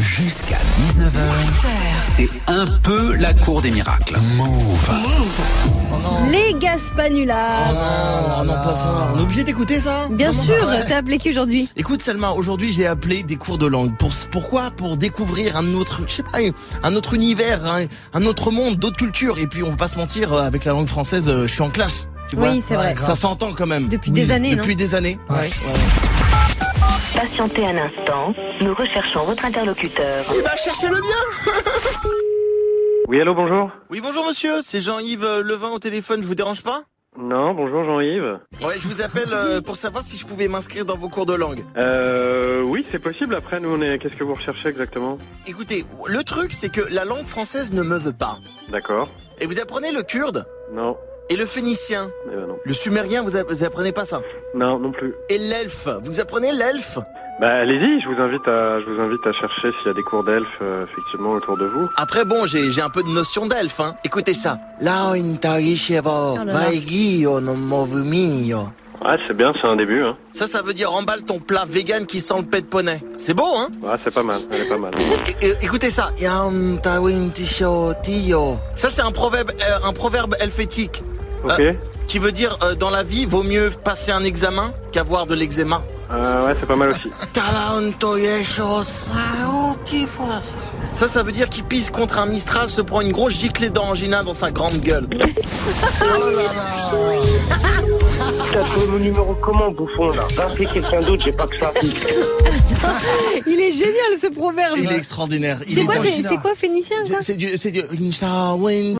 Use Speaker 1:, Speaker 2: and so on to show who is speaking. Speaker 1: Jusqu'à 19h, c'est un peu la cour des miracles. Move.
Speaker 2: Les Gaspanulas.
Speaker 3: Ah, non, pas ça. On est obligé d'écouter ça
Speaker 2: Bien
Speaker 3: Vraiment
Speaker 2: sûr,
Speaker 3: pas, ouais.
Speaker 2: t'as appelé qui aujourd'hui
Speaker 3: Écoute Salma, aujourd'hui j'ai appelé des cours de langue. Pour, pourquoi Pour découvrir un autre, je sais pas, un autre univers, un, un autre monde, d'autres cultures. Et puis on va pas se mentir, euh, avec la langue française, euh, je suis en clash. Tu vois
Speaker 2: Oui, c'est vrai.
Speaker 3: Ça s'entend quand même.
Speaker 2: Depuis des années, non
Speaker 3: Depuis des années. Ouais.
Speaker 4: Patientez un instant, nous recherchons votre interlocuteur.
Speaker 3: Il va chercher le bien.
Speaker 5: Oui, allô, bonjour.
Speaker 3: Oui, bonjour monsieur, c'est Jean-Yves euh, Levin au téléphone. Je vous dérange pas
Speaker 5: Non, bonjour Jean-Yves.
Speaker 3: Ouais, je vous appelle euh, pour savoir si je pouvais m'inscrire dans vos cours de langue.
Speaker 5: Euh, oui, c'est possible. Après, nous, on est. Qu'est-ce que vous recherchez exactement
Speaker 3: Écoutez, le truc c'est que la langue française ne me veut pas.
Speaker 5: D'accord.
Speaker 3: Et vous apprenez le kurde
Speaker 5: Non.
Speaker 3: et le phénicien.
Speaker 5: Eh ben non.
Speaker 3: Le sumérien, vous, a- vous apprenez pas ça.
Speaker 5: Non, non plus.
Speaker 3: Et l'elfe, vous apprenez l'elfe
Speaker 5: Bah, allez-y. Je vous invite à. Je vous invite à chercher s'il y a des cours d'elfes euh, effectivement autour de vous.
Speaker 3: Après bon, j'ai j'ai un peu de notion d'elfe. Hein. Écoutez ça.
Speaker 2: Oh là là.
Speaker 5: Ah, c'est bien. C'est un début. Hein.
Speaker 3: Ça, ça veut dire emballe ton plat vegan qui sent le pet de poney. C'est beau, hein
Speaker 5: Ah, c'est pas mal. Elle est pas mal.
Speaker 3: É- é- Écoutez ça. Ça, c'est un proverbe, euh, un proverbe helvétique
Speaker 5: Ok.
Speaker 3: qui veut dire euh, dans la vie, vaut mieux passer un examen qu'avoir de l'eczéma.
Speaker 5: Euh, ouais, c'est pas mal aussi.
Speaker 3: Ça, ça veut dire qu'il pisse contre un mistral, se prend une grosse giclée d'angina dans sa grande gueule.
Speaker 6: T'as trouvé mon numéro comment, bouffon, là Va appeler quelqu'un d'autre, j'ai pas que ça.
Speaker 2: Il est génial ce proverbe.
Speaker 3: extraordinaire.
Speaker 2: C'est quoi, c'est c'est quoi phénicien quoi
Speaker 3: C'est du. C'est du.